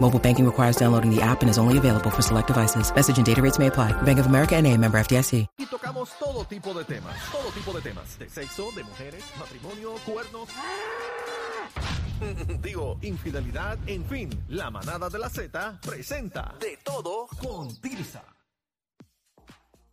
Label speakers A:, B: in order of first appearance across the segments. A: Mobile banking requires downloading the app and is only available for select devices. Message and data rates may apply. Bank of America and a member FDIC.
B: Y tocamos todo tipo de temas, todo tipo de temas, de sexo, de mujeres, matrimonio, cuernos, digo, infidelidad, en fin, la manada de la Z presenta de todo con Tirsa.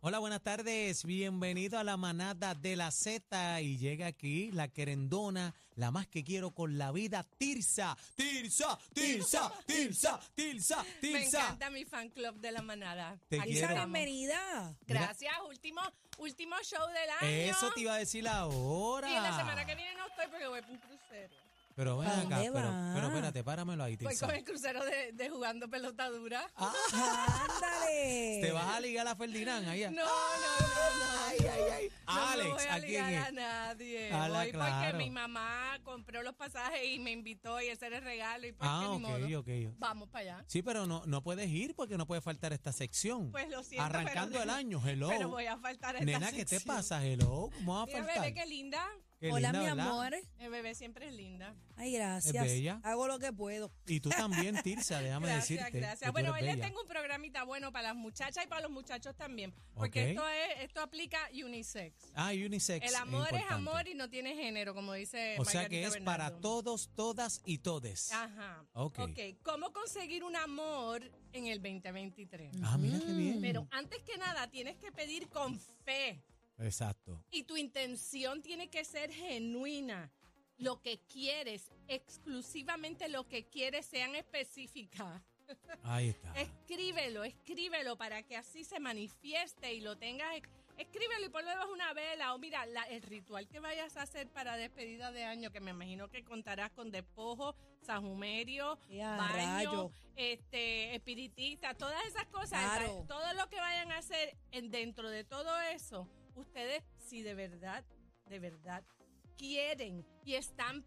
C: Hola, buenas tardes. Bienvenido a la manada de la Z. Y llega aquí la querendona, la más que quiero con la vida, Tirsa. Tirsa, Tirsa, Tirsa, Tirsa,
D: Me
C: Tirsa.
D: encanta mi fan club de la manada.
C: Te
D: Aquí
C: quiero.
D: estamos.
E: Bienvenida.
D: Gracias, último, último show del año.
C: Eso te iba a decir ahora.
D: Y la semana que viene no estoy porque voy por un crucero.
C: Pero ven
E: ¿Para
C: acá,
E: dónde
C: pero,
E: vas?
C: pero espérate, páramelo ahí,
D: Voy
C: Tirsa.
D: con el crucero de, de jugando pelota dura.
C: Ah,
E: Ándale.
C: Te vas a ligar a Ferdinand allá.
D: este. No, no, no, no. No me
C: Alex,
D: voy
C: ¿a
D: a
C: quién
D: ligar a
C: es?
D: nadie.
C: Ah, la,
D: voy
C: claro.
D: porque mi mamá compró los pasajes y me invitó y ese era el regalo y pues
C: Ah,
D: que ni
C: ok,
D: modo.
C: ok.
D: Vamos para allá.
C: Sí, pero no, no puedes ir porque no puede faltar esta sección.
D: Pues lo siento. pero-
C: Arrancando el año, hello.
D: Pero voy a faltar a esta
C: Nena, ¿qué te
D: sección.
C: pasa? Hello, ¿cómo va a
D: Mira,
C: faltar?
D: bebé, qué linda.
C: Qué
E: Hola,
C: linda,
E: mi
C: ¿verdad?
E: amor.
D: El bebé siempre es linda.
E: Ay, gracias.
C: Es bella.
E: Hago lo que puedo.
C: Y tú también, Tirsa, déjame
D: gracias,
C: decirte. que
D: Gracias,
C: tú
D: Bueno,
C: eres
D: hoy les
C: bella.
D: tengo un programita bueno para las muchachas y para los muchachos también. Porque
C: Ok.
D: esto es, esto aplica unisex.
C: Ah, unisex.
D: El amor es,
C: importante.
D: amor y no tiene género, como dice
C: O sea que
D: Margarita
C: es para
D: Bernardo. Ah.
C: todos, todas y todes.
D: Ajá.
C: Ok.
D: ok. ¿Cómo conseguir un amor en el 2023?
C: Ah, mira qué bien.
D: Mm, Pero antes que nada, tienes que pedir con fe.
C: Exacto.
D: Y tu intención tiene que ser genuina. Lo que quieres, exclusivamente lo que quieres, sean específicas.
C: Ahí está.
D: Escríbelo, escríbelo para que así se manifieste y lo tengas. e-, Escríbelo y ponle debajo una vela. O mira, la- el ritual que vayas a hacer para despedida de año, que me imagino que contarás con despojo, sajumerio,
E: Y a
D: baño,
E: rayo.
D: este, espiritista, todas esas cosas.
E: Claro.
D: esa- Todo lo que vayan a hacer en- dentro de todo eso, ustedes, si de verdad, de verdad quieren y están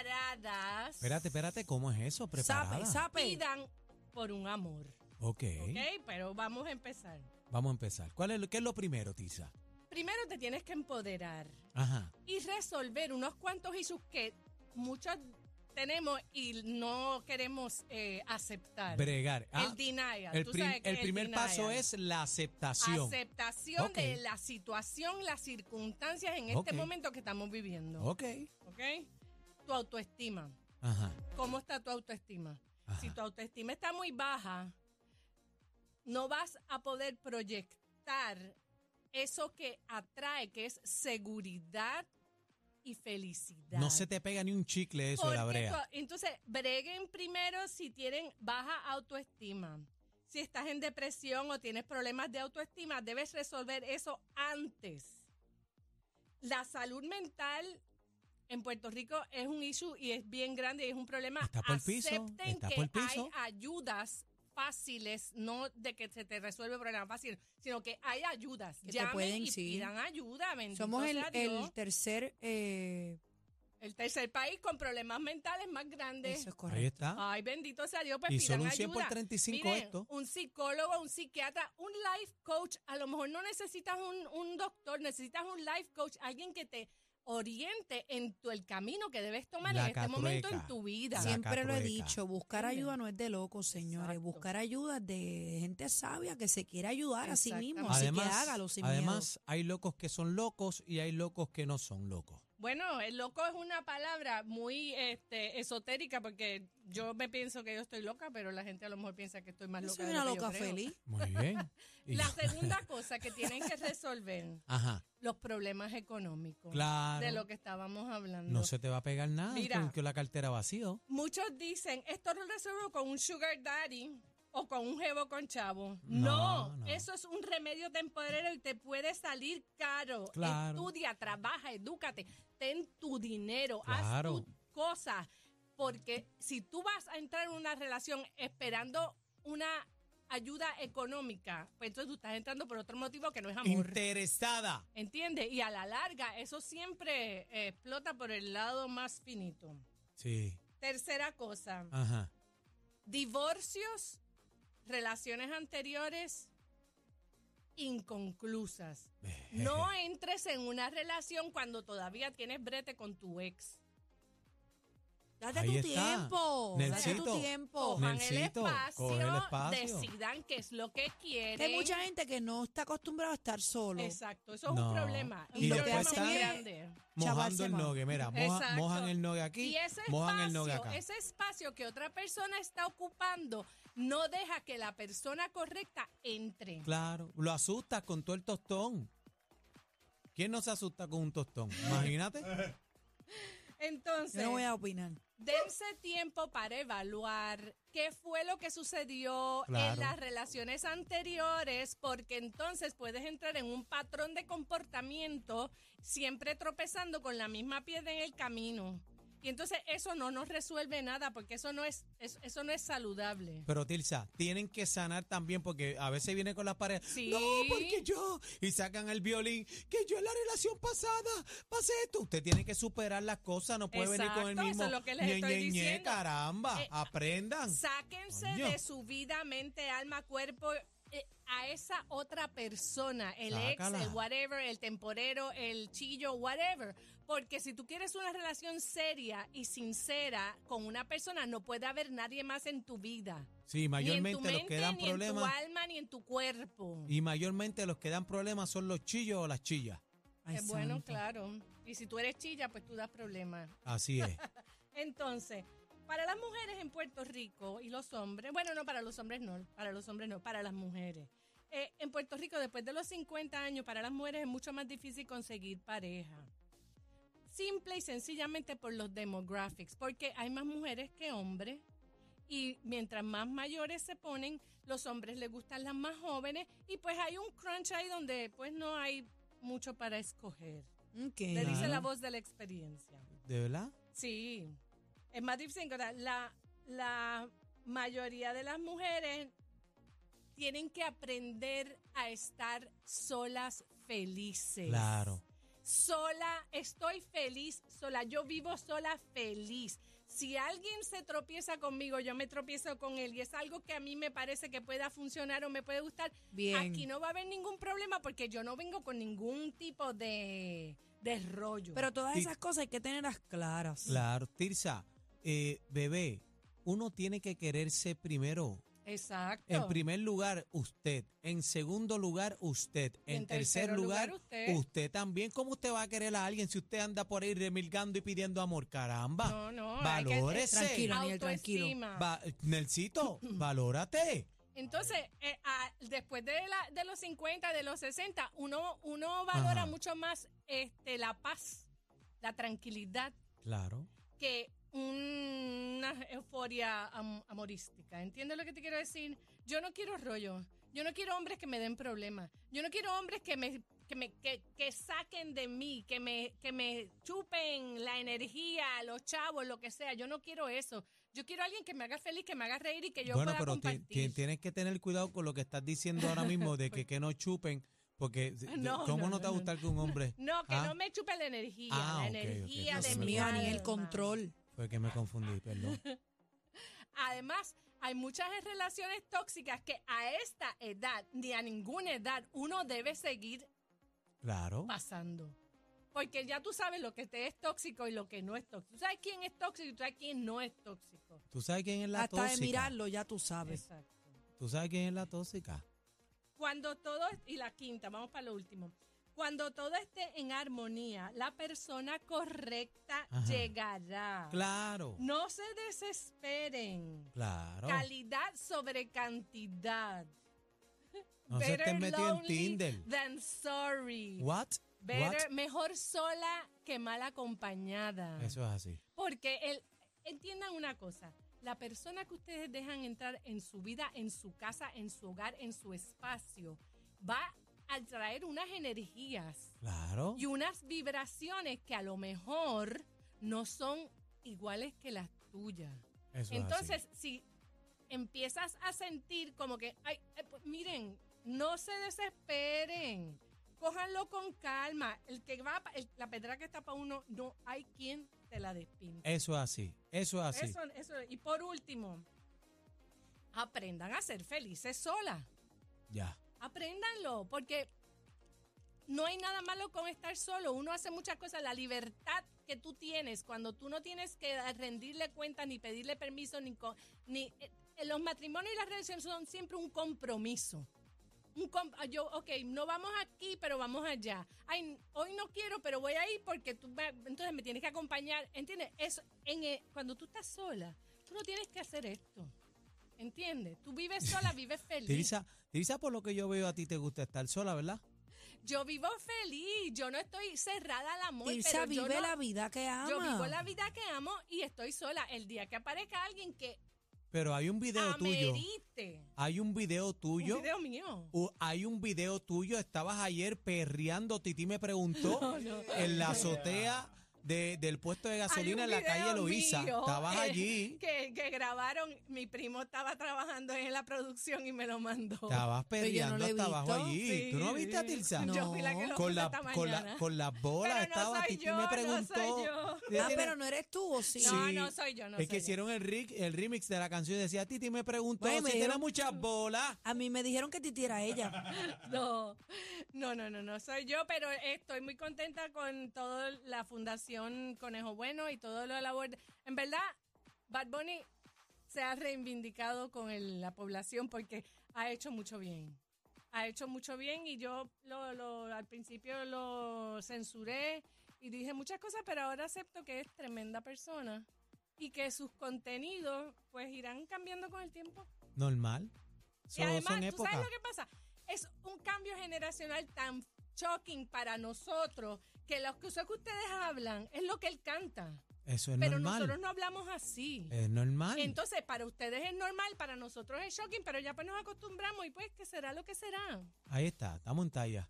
D: preparadas,
C: Espérate, espérate, ¿cómo es eso? Preparada.
E: Sape, sape.
D: pidan por un amor.
C: Ok. ¿Eh?
D: ¿Ok? Pero vamos a empezar.
C: Vamos a empezar. ¿Cuál es lo, ¿Qué es lo primero, Tirsa?
D: Primero te tienes que empoderar
C: Ajá.
D: y resolver unos cuantos issues que muchos tenemos y no queremos eh, aceptar.
C: Bregar. Ah,
D: el denial.
C: el
D: tú
C: prim-
D: sabes que
C: el
D: es
C: primer
D: denial.
C: paso es la aceptación.
D: aceptación
C: Ok.
D: de la situación, las circunstancias en
C: Ok.
D: este momento que estamos viviendo.
C: ok.
D: ¿Ok? Tu autoestima.
C: Ajá.
D: ¿Cómo está tu autoestima?
C: Ajá.
D: Si tu autoestima está muy baja, no vas a poder proyectar eso que atrae, que es seguridad y felicidad.
C: No se te pega ni un chicle eso,
D: Porque
C: la brea.
D: tu- entonces, breguen primero si tienen baja autoestima. Si estás en depresión o tienes problemas de autoestima, debes resolver eso antes. La salud mental en Puerto Rico es un issue y es bien grande y es un problema.
C: Está por el piso,
D: Acepten
C: está
D: que
C: por el piso.
D: hay ayudas fáciles, no de que se te resuelve el problema fácil, sino que hay ayudas.
E: Que te
D: Llamen
E: pueden,
D: y
E: sí.
D: pidan ayuda. bendito
E: Somos el,
D: sea Dios.
E: el tercer. eh,
D: El tercer país con problemas mentales más grandes.
E: eso es
C: Ahí
E: correcto.
C: está.
D: Ay, bendito sea Dios, Ah, pues
C: Ah. y
D: pidan
C: solo un 100 por
D: ayuda.
C: 35
D: Miren,
C: esto.
D: un psicólogo, un psiquiatra, un life coach, a lo mejor no necesitas un, un doctor, necesitas un life coach, alguien que te oriente en tu, el camino que debes tomar
C: La
D: en este momento
C: catrueca.
D: en tu vida.
C: Sí.
E: Siempre lo he
C: Zacatrueca.
E: dicho, buscar ayuda no es de locos, señores.
D: Exacto.
E: Buscar ayuda es de gente sabia que se quiere ayudar a sí mismo. Así
C: Además,
E: que hágalo sin miedo.
C: además hay locos que son locos y hay locos que no son locos.
D: Bueno, el loco es una palabra muy este, esotérica porque yo me pienso que yo estoy loca, pero la gente a lo mejor piensa que estoy más
E: Yo
D: loca.
E: soy
D: de
E: una
D: lo que yo
E: loca
D: creo.
E: feliz.
C: Muy bien. Y-
D: La segunda cosa que tienen que resolver,
C: Ajá,
D: los problemas económicos.
C: claro.
D: De lo que estábamos hablando.
C: No se te va a pegar nada
D: Mira.
C: con que la cartera vacío.
D: Muchos dicen, esto lo resuelvo con un sugar daddy o con un jevo con chavo.
C: No,
D: No,
C: no.
D: eso es un remedio temporero y te puede salir caro.
C: Claro.
D: Estudia, trabaja, edúcate, ten tu dinero,
C: Claro.
D: haz tus cosas. Porque si tú vas a entrar en una relación esperando una ayuda económica, pues entonces tú estás entrando por otro motivo que no es amor.
C: Interesada.
D: ¿Entiendes? Y a la larga, eso siempre eh, explota por el lado más finito.
C: Sí.
D: Tercera cosa,
C: Ajá.
D: divorcios, relaciones anteriores inconclusas. No entres en una relación cuando todavía tienes brete con tu ex.
E: Date
C: Ahí
E: tu
C: está.
E: tiempo. Date
C: Nelsito.
E: tu tiempo.
D: Cojan el
C: Nelsito,
D: espacio,
C: coge el espacio.
D: decidan qué es lo que quieren.
E: Hay mucha gente que no está acostumbrada a estar solo.
D: Exacto, eso es
C: No.
D: un problema.
E: Y
D: Un
E: lo que
D: problema
E: hacen
D: muy
E: es-
D: grande.
C: Mojando
E: chavarse
C: el
E: más.
C: nogue, mira. moja-
D: Exacto.
C: mojan el nogue aquí,
D: Y ese
C: mojan el nogue
D: espacio,
C: acá.
D: ese espacio que otra persona está ocupando no deja que la persona correcta entre.
C: Claro, lo asustas con todo el tostón. ¿Quién no se asusta con un tostón? Imagínate.
D: Entonces,
E: Yo no voy a opinar.
D: Dense tiempo para evaluar qué fue lo que sucedió
C: Claro.
D: en las relaciones anteriores, porque entonces puedes entrar en un patrón de comportamiento siempre tropezando con la misma piedra en el camino. Y entonces eso no nos resuelve nada, porque eso no es, es- eso no es saludable.
C: Pero Tilsa, tienen que sanar también porque a veces viene con las parejas.
D: Sí.
C: No, porque yo. Y sacan el violín. Que yo en la relación pasada pasé esto. Usted tiene que superar las cosas. No puede venir con el
D: Exacto, eso
C: mismo.
D: es lo que les estoy diciendo.
C: caramba.
D: Eh,
C: aprendan.
D: Sáquense
C: Coño.
D: de su vida, mente, alma, cuerpo eh, a esa otra persona, el
C: Sácala.
D: ex, el whatever, el temporero, el chillo, whatever. Porque si tú quieres una relación seria y sincera con una persona, no puede haber nadie más en tu vida.
C: Sí, mayormente
D: ni en tu
C: los
D: mente,
C: que dan
D: ni en tu
C: problemas.
D: alma, ni en tu cuerpo.
C: Y mayormente los que dan problemas son los chillos o las chillas.
E: Ay,
D: es bueno,
E: santo.
D: claro. Y si tú eres chilla, pues tú das problemas.
C: Así es.
D: Entonces, para las mujeres en Puerto Rico y los hombres, bueno, no, para los hombres no, para los hombres no, para las mujeres. Eh, en Puerto Rico, después de los 50 años, para las mujeres es mucho más difícil conseguir pareja. Simple y sencillamente por los demographics, porque hay más mujeres que hombres. Y mientras más mayores se ponen, los hombres les gustan las más jóvenes. Y pues hay un crunch ahí donde pues no hay mucho para escoger.
E: Ok.
D: Le dice
C: Claro.
D: la voz de la experiencia.
C: ¿De verdad?
D: Sí, es más difícil encontrar. La, la mayoría de las mujeres tienen que aprender a estar solas felices.
C: Claro.
D: Sola, estoy feliz sola, yo vivo sola feliz. Si alguien se tropieza conmigo, yo me tropiezo con él y es algo que a mí me parece que pueda funcionar o me puede gustar,
E: Bien.
D: aquí no va a haber ningún problema porque yo no vengo con ningún tipo de, de rollo.
E: Pero todas
C: Y-
E: esas cosas hay que tenerlas claras.
C: Claro. Tirsa, eh, bebé, uno tiene que quererse primero.
D: Exacto.
C: En primer lugar, usted. En segundo lugar, usted.
D: Y
C: En,
D: en
C: tercer
D: tercero
C: lugar,
D: lugar,
C: usted.
D: usted.
C: también. ¿Cómo usted va a querer a alguien si usted anda por ahí remilgando y pidiendo amor? Caramba.
D: No, no. hay que- eh,
C: valórese.
E: Tranquilo, Daniel, tranquilo.
D: autoestima.
C: Va- Nelsito, valórate.
D: Entonces, eh, ah, después de, la- de los 50, de los 60, uno, uno valora
C: Ajá.
D: mucho más este, la paz, la tranquilidad,
C: Claro.
D: que una euforia am- amorística. ¿Entiendes lo que te quiero decir? Yo no quiero rollo. Yo no quiero hombres que me den problemas. Yo no quiero hombres que me, que me que, que saquen de mí, que me, que me chupen la energía, los chavos, lo que sea. Yo no quiero eso. Yo quiero alguien que me haga feliz, que me haga reír y que yo
C: bueno,
D: pueda
C: pero ti-
D: compartir.
C: ti- tienes que tener cuidado con lo que estás diciendo ahora mismo de que, que no chupen, porque de- de-
D: No,
C: ¿cómo no,
D: no,
C: te va a
D: no, no.
C: gustar que un hombre?
D: No, que
C: Ah,
D: no me chupe la energía.
C: Ah, ok,
D: la
C: ok.
D: energía
C: Dios
D: de
C: mío,
D: mi
E: Daniel,
D: alma.
E: control.
C: Fue que me confundí, perdón.
D: Además, hay muchas relaciones tóxicas que a esta edad, ni a ninguna edad, uno debe seguir
C: Claro.
D: pasando. Porque ya tú sabes lo que te es tóxico y lo que no es tóxico. Tú sabes quién es tóxico y tú sabes quién no es tóxico.
C: ¿Tú sabes quién es la
E: Hasta
C: tóxica?
E: de mirarlo ya tú sabes.
D: Exacto.
C: ¿Tú sabes quién es la tóxica?
D: Cuando todo, y la quinta, vamos para lo último. Cuando todo esté en armonía, la persona correcta
C: Ajá.
D: llegará.
C: Claro,
D: No se desesperen.
C: claro.
D: Calidad sobre cantidad.
C: No se
D: Better
C: estén metido en
D: lonely
C: Tinder.
D: Than sorry.
C: What?
D: Better-
C: What?
D: mejor sola que mal acompañada.
C: Eso es así.
D: Porque el, entiendan una cosa, la persona que ustedes dejan entrar en su vida, en su casa, en su hogar, en su espacio, va a traer unas energías
C: Claro.
D: y unas vibraciones que a lo mejor no son iguales que las tuyas.
C: Eso es así.
D: Entonces, si empiezas a sentir como que, ay, eh, pues, miren, no se desesperen, cójanlo con calma. El que va, pa- el- la pedra que está para uno, no hay quien te la despinte.
C: Eso es así. Eso es así.
D: Eso, eso. Y por último, aprendan a ser felices solas.
C: Ya.
D: Apréndanlo, porque no hay nada malo con estar solo. Uno hace muchas cosas. La libertad que tú tienes cuando tú no tienes que rendirle cuentas, ni pedirle permiso, ni. co- ni eh, eh, los matrimonios y las relaciones son siempre un compromiso. Un com- ah, yo, ok, no vamos aquí, pero vamos allá. Ay, n- hoy no quiero, pero voy ahí porque tú me- entonces me tienes que acompañar. ¿Entiendes? Eso, en, eh, cuando tú estás sola, tú no tienes que hacer esto. ¿Entiendes? Tú vives sola, vives feliz.
C: Tirisa, Tirisa, por lo que yo veo, a ti te gusta estar sola, ¿verdad?
D: Yo vivo feliz, yo no estoy cerrada al amor.
E: Tirsa
D: pero yo
E: vive
D: no-
E: la vida que ama.
D: Yo vivo la vida que amo y estoy sola. El día que aparezca alguien que
C: Pero hay un video tuyo.
D: amerite
C: Hay un video tuyo.
D: un video mío.
C: u- hay un video tuyo. Estabas ayer perreando. Titi me preguntó en la azotea de- del puesto de gasolina en
D: Hay un
C: la calle
D: video
C: Eloísa.
D: mío,
C: Estabas
D: eh,
C: allí.
D: Que, que grabaron, mi primo estaba trabajando en la producción y me lo mandó.
C: Estabas
E: yo
C: perreando
E: no lo he
C: hasta abajo
E: visto.
C: allí. ¿Tú no
D: Sí,
C: viste a
D: sí.
C: Tirsa?
D: Yo fui la que
E: No.
D: lo
C: Con,
D: puse
C: la,
D: esta
C: con, la,
D: mañana.
C: con las bolas
D: Pero no
C: estaba.
D: soy
C: Titi
D: yo,
C: me
D: no soy
C: preguntó.
D: yo.
E: Ah,
C: Tiene-
E: pero no eres tú, ¿o sí?
D: No,
C: Sí.
D: no soy yo, no
C: es que
D: soy yo.
C: hicieron el, re- el remix de la canción y decía, Titi me preguntó
E: Bueno, me
C: si tiene
E: dijeron-
C: muchas bolas.
E: A mí me dijeron que Titi era ella.
D: No, no, no, no, no soy yo, pero estoy muy contenta con toda la Fundación Conejo Bueno y todo lo de la labor. En verdad, Bad Bunny se ha reivindicado con el- la población porque ha hecho mucho bien. Ha hecho mucho bien y yo lo, lo- al principio lo censuré y dije muchas cosas, pero ahora acepto que es tremenda persona y que sus contenidos pues irán cambiando con el tiempo.
C: Normal.
D: Y
C: Son,
D: además,
C: son
D: ¿tú
C: épocas.
D: sabes lo que pasa? Es un cambio generacional tan shocking para nosotros que las cosas que ustedes hablan es lo que él canta.
C: Eso es
D: pero
C: normal.
D: nosotros no hablamos así.
C: Es normal.
D: Entonces, para ustedes es normal, para nosotros es shocking, pero ya pues nos acostumbramos y pues que será lo que será.
C: Ahí está, estamos en talla.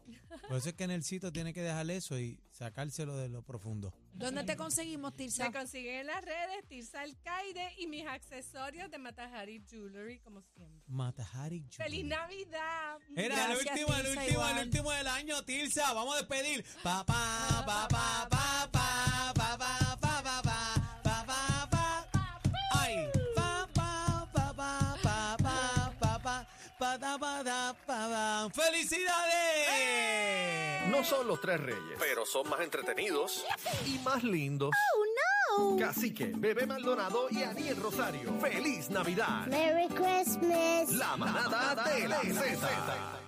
C: Por eso es que en el sitio tiene que dejar eso y sacárselo de lo profundo.
E: ¿Dónde te conseguimos, Tirsa?
D: Me consiguen en las redes Tirsa Alcaide y mis accesorios de Matajari Jewelry, como siempre.
C: Matajari Jewelry.
D: ¡Feliz Navidad!
C: Era el
E: Gracias,
C: último, el
E: Tirsa,
C: último, el
E: igual.
C: último del año, Tirsa. Vamos a despedir. Pa, pa, pa, pa, pa, pa, pa, pa, pa, pa, pa, pa, pa, pa. Ay. Pa, pa, pa, pa, pa, pa, pa, pa, pa, da, pa, da, pa, da.
E: ¡Eh!
C: ¡Felicidades!
B: No son los tres reyes, pero son más entretenidos y más lindos. ¡Oh, no! Cacique, Bebé Maldonado y Aniel Rosario. ¡Feliz Navidad!
F: Merry Christmas.
B: La manada de la Z.